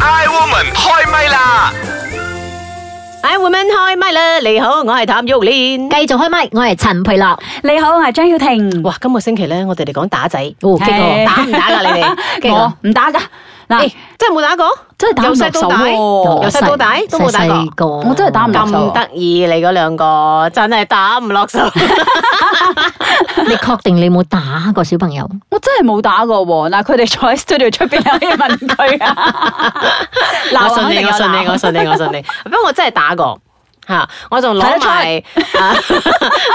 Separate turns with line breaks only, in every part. Iwoman 開唛啦！
I woman 開唛啦！你好，我係譚玉蓮。
繼續開麥，我係陳培樂，
你好，我係張曉婷。
哇，今個星期咧，我哋嚟講打仔，
哦，激
係
我，
打唔打噶 你哋？激啊
我唔打噶，嗱
誒，真係冇打過，
真係打唔
由細
落手
到大，
喎
由細到大都冇打過。
過，
哦我真係打唔落手
咁得意，你嗰兩個真係打唔落手。
你確定你冇打過小朋友？
我真係冇打過喎。嗱，佢哋坐喺 studio 出邊，可以問 佢啊。
我
鬧
信
肯
你，
定有
我信
鬧
你，我信你，我信你。不過我真係打過。吓！我仲攞埋 啊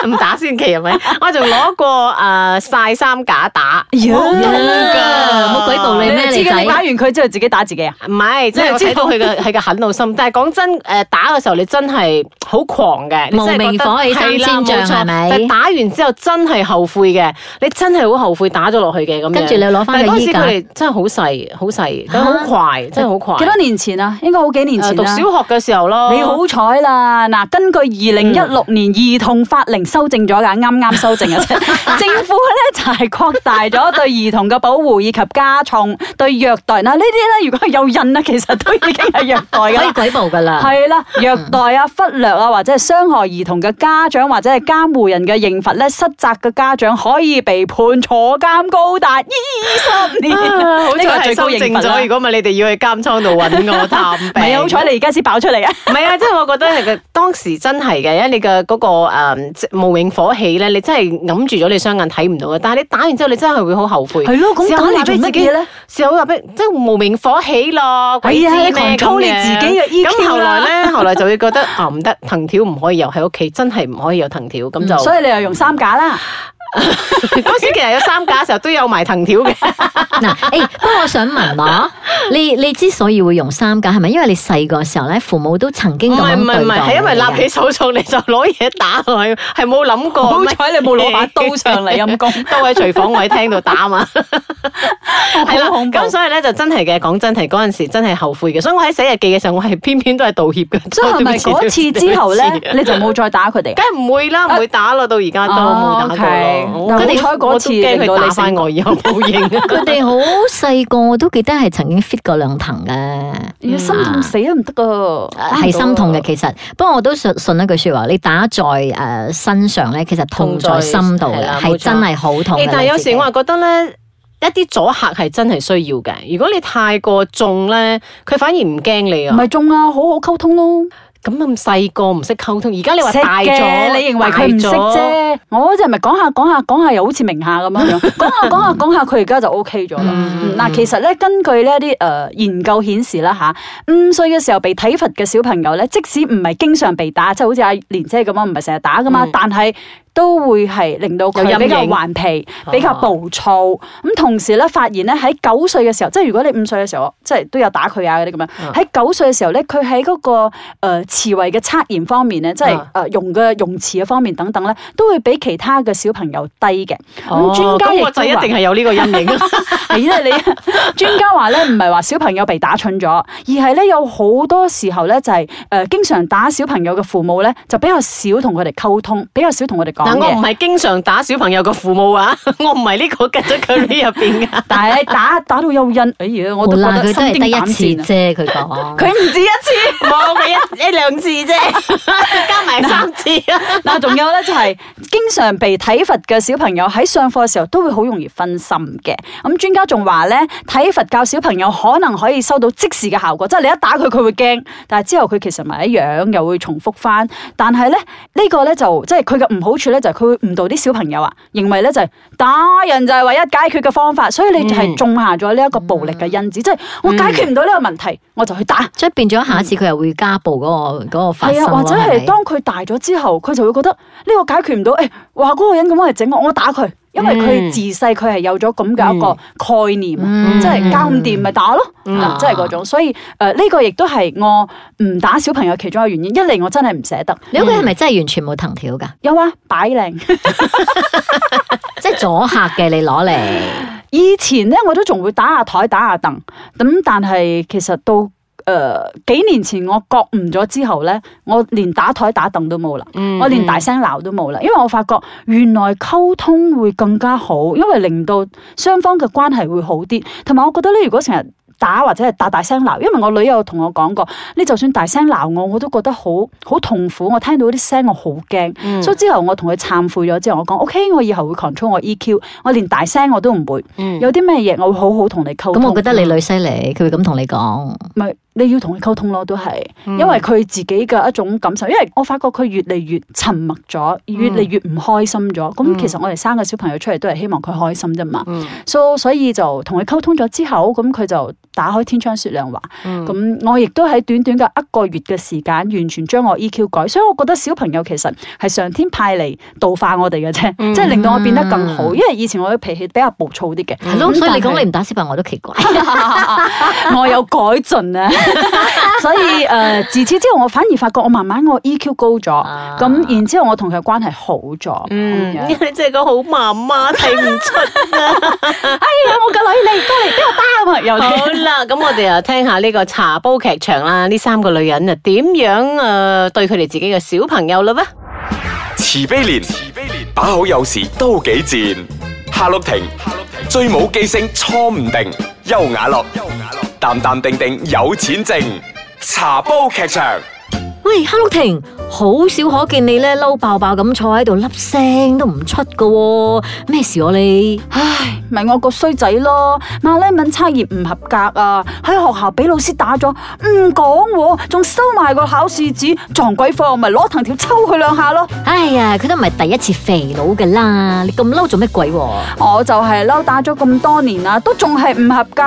唔打先奇係咪？我仲攞過誒晒衫架打，
呀
好痛㗎
冇舉報你咩
你
你
自己
仔
打？完佢之後自己打自己啊？
唔係，即係
你又
我
知
睇到佢嘅係個狠怒心。但係講真，誒打嘅時候你真係好狂嘅，你真係覺
無名
得
火起三
係啦
千丈
冇錯
係咪
但係打完之後真係後悔嘅，你真係好後悔打咗落去嘅咁樣
跟住你攞返
但係
個
嗰
衣
時
架
佢哋真係好細，好細，但係好快，真係好快。
幾多年前啊？應該好幾年
誒
前
讀
啦
小。學嘅嗯時候咯，啊
你 好彩啦！嗱，根據二零一六年兒童法令修正咗㗎，啱啱修正啊 嘅啫。政府咧就係擴大咗對兒童嘅保護，以及加重對虐待。嗱，呢啲咧如果係有印咧，啊其實都已經係虐待㗎
可以
啦。
舉報噶啦，
係啊啦，虐待啊、忽略啊，或者係傷害兒童嘅家長或者係監護人嘅刑罰咧，失責嘅家長可以被判坐監高達二十年。
啊，好
呢個係
彩係
最高
修
刑
正
罰啦
咗。如果唔係，你哋要去監倉度揾我探病。
唔係啊好彩你而家先爆出嚟啊！
唔係啊，即係我覺得係個當時真係嘅，因為你嘅嗰、個誒即係無影火氣咧，你真係揞住咗你雙眼睇唔到嘅。但係你打完之後，你真係會好後悔。
係咯咁
事後
打嚟
話俾
做乜
自己
嘢咧？
事後話俾即係無名火起咯，鬼
係啊
知
你
咩
control
咁
你
樣
自己嘅 EQ
咁後來
啦
咧，後來就會覺得 啊唔得，藤條唔可以有喺屋企，真係唔可以有藤條，咁就
嗯所以你又用三架啦。
嗰時其實有三架嘅時候都有埋藤條 嘅。
嗱，誒，不過我想問我，你你之所以會用三架，係咪因為你細個嘅時候咧，父母都曾經
唔
咁
係
樣
唔係唔
對
係，
待
係因為
你啊嘅
立起手重你就攞嘢打落去，係冇諗過。
好彩你冇攞把刀上嚟陰公
都喺廚房位聽到打嘛。 係啦，
好恐怖
咁所以咧就真係嘅，講真係嗰陣時真係後悔嘅，所以我喺寫日記嘅時候，我係偏偏都係道歉嘅。
所以係咪嗰次之後咧，你就冇再打佢哋？
梗係唔會啦，唔會打啦，到而家都冇
哦
打過啦
OK
我
但
我
好彩嗰次
我都驚
令到
佢
你
打翻我以後報 應。
佢哋好細個，我都記得係曾經 fit 過兩藤嘅，
要心痛死都唔得噶，
啊係心痛嘅。其實，不過我都信信一句説話，你打在誒、呃身上咧，其實痛在心度
痛在係啦冇
嘅，係
錯
真係好痛嘅
誒，但係有
你自己
時我係覺得咧。一啲阻嚇係真係需要嘅，如果你太過重咧，佢反而唔驚你啊
唔。係中啊，好好溝通咯。
咁咁細個唔識溝通，而家你話
識
大
嘅，
咗，
你認為佢唔識
大咗？
啫？我就咪講下講下講下，又好似明下咁樣樣，講下講下講下，佢而家就 O K 咗啦。嗯嗱，其實咧，根據呢一啲誒研究顯示啦吓，五歲嘅時候被體罰嘅小朋友咧，即使唔係經常被打，即係好似阿蓮姐咁樣，唔係成日打噶嘛，但係都會係令到
嗯有陰影
佢
哦
比較頑皮、比較暴躁。咁同時咧，發現咧喺九歲嘅時候，即係如果你五歲嘅時候，即係都有打佢啊嗰啲咁樣。喺九歲嘅時候咧，佢喺嗰個誒詞彙嘅測驗方面咧，即係
啊
誒用嘅用詞嘅方面等等咧，都會比其他嘅小朋友低嘅。
哦
咁專家亦
咁我就一
都話
定係有呢個陰影。
係因為你啊專家話咧，唔係話小朋友被打蠢咗，而係咧有好多時候咧就係、誒、經常打小朋友嘅父母咧，就比較少同佢哋溝通，比較少同佢哋講
但我唔
嘢。
係經常打小朋友嘅父母啊， 我唔係呢個 g e t c u r y 入邊噶。
但係打打到有癮，哎呀，我
無
都覺
啦，
得
佢都
心
係得
驚膽
一
戰
次
啊！
啫，佢講。
佢唔止一次。
冇，咪一一兩次啫， 加埋三次 啊。
嗱，仲有咧就係、經常被體罰嘅小朋友喺上課嘅時候都會好容易分心嘅。咁專家仲話咧，體罰教小朋友可能可以收到即時嘅效果，即係你一打佢佢會驚，但係之後佢其實咪一樣又會重複翻。但係咧呢、個咧就即係佢嘅唔好處咧就係佢會誤導啲小朋友啊，認為咧就係、打人就係唯一解決嘅方法，所以你就係種下咗呢一個暴力嘅因子，即係我解決唔到呢個問題，我就去打。
所以變咗下一次佢又會家暴嗰、個嗰、個發
係
生
啊，
咯
或者
係
係
咪
當佢大咗之後，佢就會覺得呢個解決唔到，誒、哇嗰、個人咁樣嚟整我，我打佢，因為
嗯
佢自細佢係有咗咁嘅一個概念，啊
嗯
即係搞唔掂咪打咯，
嗯
啊即係嗰種。所以誒呢、個亦都係我唔打小朋友其中一個原因，一嚟我真係唔捨得，
你屋企係咪真係完全冇藤條㗎？
有啊擺靚。
即係阻嚇嘅，你攞 嚟。
以前咧，我都仲會打下台、打下凳，咁但係其實到誒、呃、幾年前我覺悟咗之後咧，我連打台、打凳都冇啦，
嗯
嗯
我連大聲鬧都冇啦，因為我發覺原來溝通會更加好，因為令到雙方嘅關係會好啲，同埋我覺得咧，如果成日打或者係大大聲鬧，因為我女友同我講過，你就算大聲鬧我，我都覺得好好痛苦。我聽到啲聲，我好驚。
嗯
嗯
所以之後我同佢懺悔咗之後，我講 OK，我以後會 control 我 EQ，我連大聲我都唔會。
嗯
有啲咩嘢我會好好同你溝通。
咁我覺得你女犀利，佢會咁同你講。
唔係你要同佢溝通咯，都係，
嗯
因為佢自己嘅一種感受，因為我發覺佢越嚟越沉默咗，越
嗯
嚟越唔開心咗。咁、其實我哋生個小朋友出嚟都係希望佢開心啫嘛。
嗯
所所以就同佢溝通咗之後，咁佢就打開天窗説亮話。
嗯
咁、我亦都喺短短嘅一個月嘅時間，完全將我 EQ 改。所以我覺得小朋友其實係上天派嚟度化我哋嘅啫，
嗯
即係令到我變得更好。因為以前我嘅脾氣比較暴躁啲嘅，
係咯，所以你
但係
講你唔打小朋友我都奇怪。
我有改進啊，所以誒、呃自此之後，我反而發覺我慢慢我 EQ 高咗，咁、
啊
然之後我同佢嘅關係好咗。
嗯
咁樣，
你真係個好媽媽睇唔出。啊
哎呀，我個女你都嚟俾我打啊！又
好啦，咁我哋又聽下呢個茶煲劇場啦，呢三個女人啊，點樣诶、呃、对佢哋自己嘅小朋友嘞咩？
慈悲莲，慈悲莲，把好有時都幾賤。夏綠庭，夏綠庭，最冇記性錯唔定。優雅樂，優雅樂，淡淡定定有錢剩。茶煲劇場，
喂，哈 o 婷， 好少可見你咧嬲爆爆咁坐喺度，粒聲都唔出噶喎，咩事我、你？
唉，咪我個衰仔咯，馬拉文測驗唔合格啊，喺學校俾老師打咗，唔講喎，仲收埋個考試紙，撞鬼貨，咪攞藤條抽佢兩下咯。
哎呀，佢都唔係第一次肥佬噶啦，你咁嬲做咩鬼、喎？
我就係嬲打咗咁多年啦，都仲係唔合格，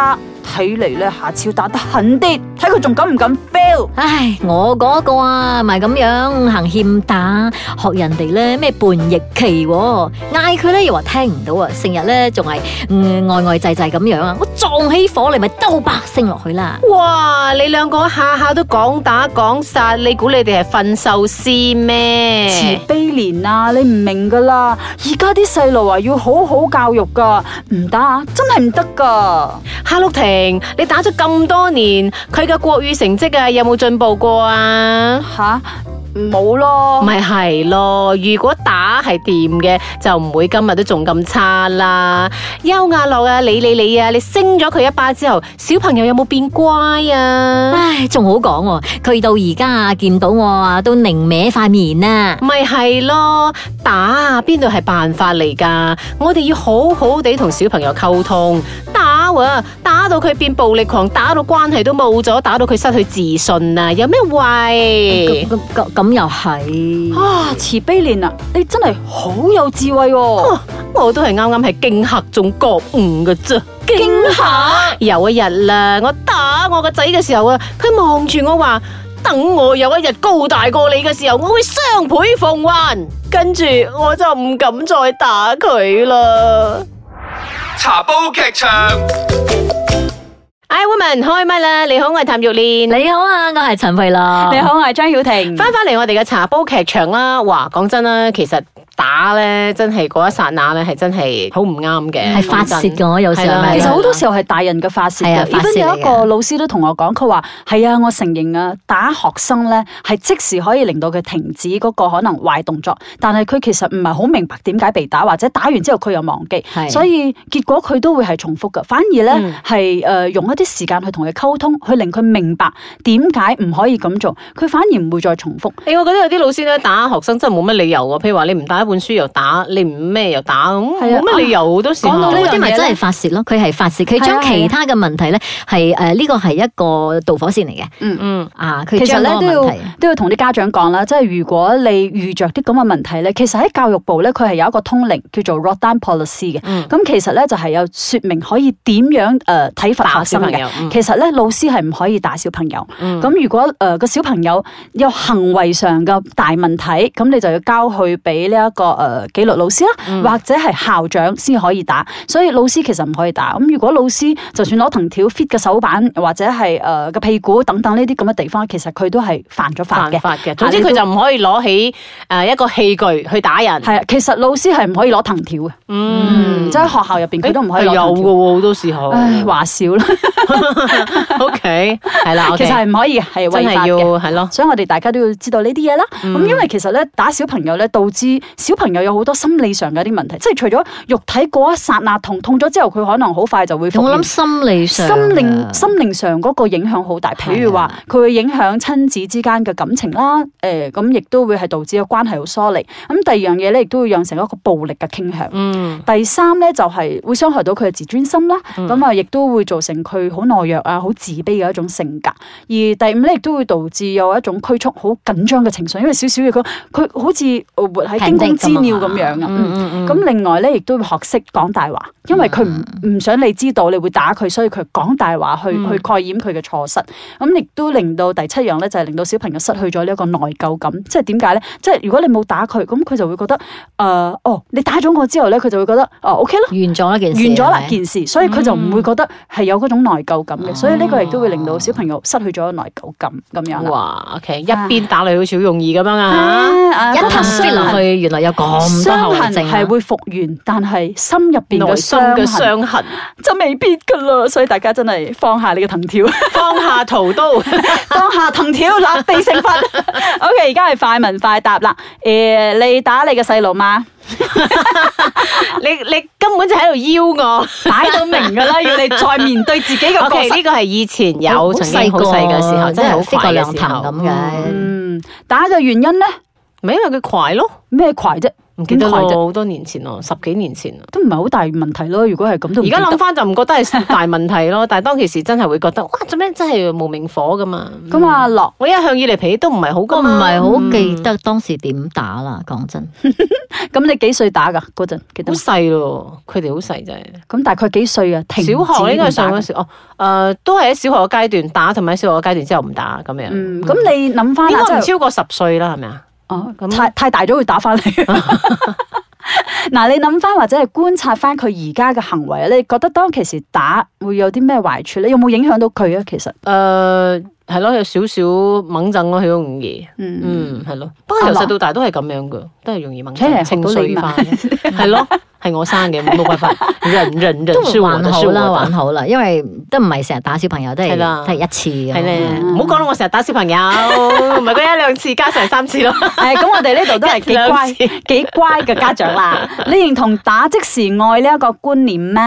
睇嚟咧下次要打得狠啲，睇佢仲敢唔敢 fail。
唉，我嗰個啊，咪咁樣行欠打，學人哋咧咩叛逆期、喎，嗌佢咧又話聽唔到啊，成日咧仲係嗯呆呆滯滯咁樣啊，我撞起火嚟咪兜百聲落去啦。
哇！你兩個下下都講打講殺，你估你哋係訓獸師
慈
咩？
悲年啊，你唔明噶啦！而家啲細路啊，要好好教育噶，唔得啊，真係唔得噶。
哈禄婷，你打咗咁多年，佢嘅國語成績啊有冇進步過啊？
吓，冇咯。
咪係咯，如果打係掂嘅，就唔會今日都仲咁差啦。優雅樂啊，你你你啊，你升咗佢一巴之後，小朋友有冇變乖啊？
唉，仲好講喎，佢到而家啊，見到我啊，都擰歪塊面啊。
咪係咯，打啊邊度係辦法嚟㗎？我哋要好好地同小朋友溝通，打啊，打到佢變暴力狂，打到關係都冇咗，打到佢失去自信啊！有咩
咁
謂？
咁咁咁又係，
啊，慈悲年啊，你真係好有智慧喎、
哦
我都係啱啱係驚嚇中覺悟嘅啫。
驚嚇！
有一日啦，我打我個仔嘅時候啊，佢望住我話：等我有一日高大過你嘅時候，我會雙倍奉還。跟住我就唔敢再打佢啦。
茶煲劇場。
I woman 開唛啦！你好，我係譚玉蓮。
你好啊，我係陳慧樂。
你，好，我係張曉婷。
翻返嚟我哋嘅茶煲劇場啦，哇！講真啦，其實打咧真係嗰一剎那咧係真係好唔啱嘅，
係發泄㗎我有時候
係啦
咪
其實好多時
候
候係大人嘅發泄
係
嘅
啊，發
even
泄嚟
有
嘅
一個老師都同我講，佢話係啊，我承認啊，打學生咧係即時可以令到佢停止嗰個可能壞動作，但係佢其實唔係好明白點解被打，或者打完之後佢又忘記，
係
所以結果佢都會係重複嘅。反而咧
嗯
係誒用一啲時間去同佢溝通，去令佢明白點解唔可以咁做，佢反而唔會再重複。
哎誒，我覺得有啲老師咧打學生真係冇乜理由喎，譬如話你唔打一本書又打，你唔咩又打，咁
係
冇
啊
乜理由好多時候。
講到呢
嗰
樣
啲咪
嘢
真係
咧
發泄咯，佢係發泄，佢
係
將
啊
其他嘅問題咧係誒呢個係一個導火線嚟嘅
嗯，
啊，佢
其
將
實咧
嗰
都
個問
要
題。
都要同啲家長講啦，即係如果你遇着啲咁嘅問題咧，其實喺教育部咧，佢係有一個通靈叫做 Rodan Policy 嘅。咁、
嗯
其實咧就係有說明可以點樣呃誒體罰
打小
學生
朋
嘅。
友，嗯
其實咧，老師係唔可以打小朋友。
嗯
咁、如果誒呃個、小朋友有行為上嘅大問題，咁你就要交去俾呢一個誒、呃、紀律老師啦，
嗯
或者係校長先可以打。所以老師其實唔可以打。咁如果老師就算攞藤條 fit 嘅手板，或者係誒個屁股等等呢啲咁嘅地方，其實佢都係犯咗法
犯
嘅。
法嘅，總之佢就唔可以攞起呃誒一個器具去打人。
係啊，其實老師係唔可以攞藤條嘅，
嗯
即係喺學校入邊佢都唔可以
誒
攞
有
藤
嘅
條。
喎，好多時候。
唉，話少啦，
O K，係啦，
其實
OK，
係唔可以嘅
真
係違
係
法嘅。
要係咯。嗯
所以我哋大家都要知道呢啲嘢啦。咁、因為其實咧打小朋友咧導致小朋友有好多心理上嘅一啲問題，即係除咗肉體嗰一剎那痛，痛咗之後佢可能好快就會復
我
原
諗心理上
心
啊，
靈心靈上嗰個影響好大，譬如話佢會影響親子之間嘅感情啦，誒咁亦都會係導致個關係好疏離。咁第二樣嘢咧，亦都會釀成一個暴力嘅傾向。
嗯，
第三咧就係會傷害到佢嘅自尊心啦，
嗯
咁啊亦都會造成佢好懦弱啊、好自卑嘅一種性格。而第五咧亦都會導致有一種拘束、好緊張嘅情緒，因為少少嘢佢佢好似呃活喺驚弓之鳥咁樣啊。嗯
啊嗯嗯
咁另外咧，亦都會學識講大話，因為佢唔
嗯
唔想你知道，你會打佢，所以佢講大話去去蓋掩佢嘅錯失。咁亦都令到第七樣咧，就係令到小朋友失去咗呢一個內疚感。即係點解咧？即係如果你冇打佢，咁佢就會覺得誒、呃哦，你打咗我之後咧，佢就會覺得哦，OK 啦。
完咗啦件
完
事，嗯
咗啦
係咪
件事，所以佢就唔會覺得係有嗰種內疚感嘅，
哦
所以呢個亦都會令到小朋友失去咗內疚感咁樣啦。
哇，OK，一邊打你好似好容易咁樣啊。
啊
一頭飛落去，原來有咁多
傷
後遺
痕
症啊，
係會復原，但係心入邊嘅
內心嘅
傷痕
傷痕，
就未必噶啦，所以大家真係放下你嘅藤 條，
放下屠刀。
放下藤條，立地成佛。OK，而家係快問快答啦。诶、你打你嘅細路嘛？
你你根本就喺度邀我。
擺到明 噶啦，要你再面對自己嘅
O
過
K，
失。
呢個係以前有曾經好細嘅時候，真係好
飛
快
過
嘅時
兩騰
候
咁嘅。
嗯，打嘅原因咧，
咪因為佢攰咯，
咩攰啫？
唔記得
點攰
咯，
啫
好多年前咯，十幾年前啦。
都唔係好大問題咯。如果係咁都
而
唔記得
家諗翻就唔覺得係大問題 咯，但係當其時真係會覺得，哇！做咩真係無名火噶嘛？
咁啊，樂
我一向以嚟脾氣都唔係好
我
噶
唔
嘛，
係好記得當時點打啦，講
嗯
真，
咁你幾歲打噶嗰陣？記得
好
嗎
細咯，佢哋好細真係。
咁大概幾歲啊？停
小
止
學呢應該係
咁打
上
㗎
嗰時哦，誒、都係喺小學嘅階段打，同埋喺小學嘅階段之後唔打咁樣。
嗯，咁你諗翻
應
啦，
該唔
即係
超過十歲啦，係咪啊？
哦，
咁
太太大咗會打翻你。 嗱，你諗翻或者係觀察翻佢而家嘅行為，你覺得當其時打會有啲咩壞處咧？有冇影響到佢啊？其實，
誒、呃係咯，有少少猛震咯，佢容易。
嗯，
嗯，係咯。不過由細到大都係咁樣噶，都係容易猛震
睇，嚟學
情
到你
緒
嘛
化嘅，係咯，係我生嘅，冇辦法，人人人
都
是我
還
的，
好
是我
啦，
的
還好啦，因為都唔係成日打小朋友，都係
係啦
都係一次
系
咁
咧，
樣
唔好講啦，我成日打小朋友，唔係嗰一兩次，加成三次咯。
誒，咁我哋呢度都係幾
一兩
乖、
次
幾乖嘅家長啦。你認同打即時愛呢一個觀念咩？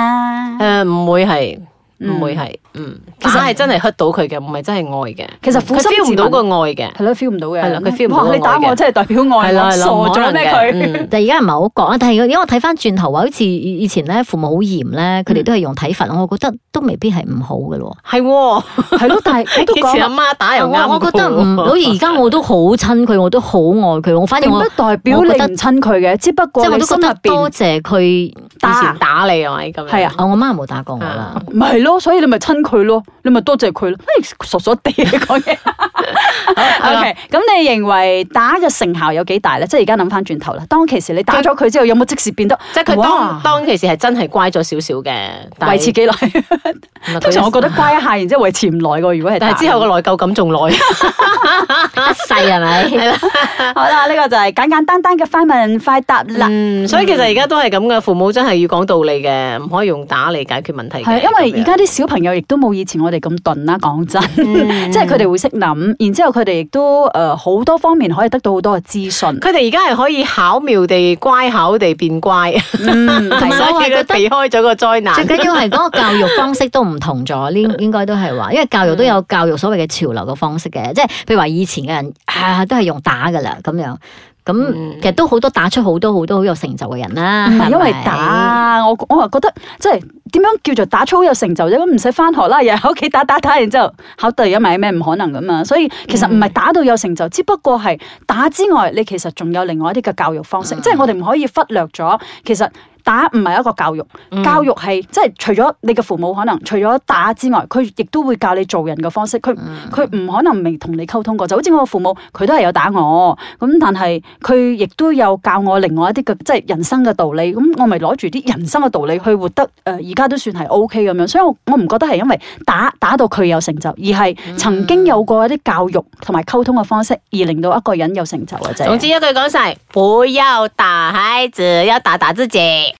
誒，唔會係，
嗯
唔會係，嗯，其實係真係 hurt 到佢嘅，唔係真係愛嘅。
其實苦
佢
心
feel
自
唔到個
問，
愛嘅，
係咯，feel 唔到嘅。
係啦佢 feel 唔到
哇你打
愛
我
嘅
真係代表愛
係
我，
啦，係
傻
啦，唔可
咗
能
咩
嘅
佢？
嗯
但而家唔係好講啊，但係如果我睇翻轉頭話，好似以以前咧父母好嚴咧，
嗯
佢哋都係用體罰，我覺得都未必係唔好嘅咯。啊
係喎，
係咯，但係我都
以前 阿
講，
媽打又啱
我我覺得唔，好
喎
似而家我都好親佢，我都好愛佢，我反而
並
我
不
即
代表
我
你
覺得
唔親佢嘅，只不過
係我
你
都
心
覺
入
得多
邊
謝佢。
以
打
前。打你係咪咁樣？
係啊
啊我媽冇打過我啦，
咪係咯，所以你咪親佢咯，你咪多謝佢咯。誒，傻傻地 啊講嘢。OK，咁你認為打嘅成效有幾大咧？即係而家諗翻轉頭啦，當其時你打咗佢之後，有冇即時變得
即係佢
哇
當當其時係真係乖咗少少嘅， 但係
維持幾耐？
唔係佢
通常我覺得乖一下，然之後維持唔耐喎。如果係打，
但係之後個內疚感仲耐。
一世 係咪？
好啦，呢個就係簡簡單單嘅快問快答啦。
嗯，所以其實而家都係咁嘅，父母真係要講道理嘅，唔可以用打嚟解決問題嘅。
係，啊因為而
咁樣
家啲小朋友亦都冇以前我哋咁鈍啦，講真，
嗯
即係佢哋會識諗，然之後佢哋亦都誒好、多方面可以得到好多嘅 資訊。
佢哋而家係可以巧妙地乖巧地變乖，
嗯，
同埋我
所
係
以
覺
佢
得
避開咗個災
啊
難
最。緊要係嗰個教育方式都唔同咗， 呢應該都係話，因為教育都
嗯
有教育所謂嘅潮流嘅方式嘅，即係譬如話以前嘅人啊都係用打噶啦咁樣，咁其實都好多打出好多好多好有成就嘅人啦，
嗯唔係因為
咪
打，我我話覺得即係點樣叫做打操有成就啫？咁唔使翻學啦，又喺屋企打打打，然之後考第一咪咩唔可能噶嘛。所以其實唔係打到有成就，只不過係打之外，你其實仲有另外一啲嘅教育方式，即係我哋唔可以忽略咗其實。打唔係一個教育，
嗯
教育係即係除咗你嘅父母可能除咗打之外，佢亦都會教你做人嘅方式。佢佢唔可能未同你溝通過，就好似我父母，佢都係有打我，咁但係佢亦都有教我另外一啲嘅即係人生嘅道理。咁我咪攞住啲人生嘅道理去活得誒，呃而、家都算係 O K 咁樣。所以我我唔覺得係因為打打到佢有成就，而係曾經有過一啲教育同埋溝通嘅方式，而令到一個人有成就嘅啫。
總之一句講晒，不要打孩子，要打打自己。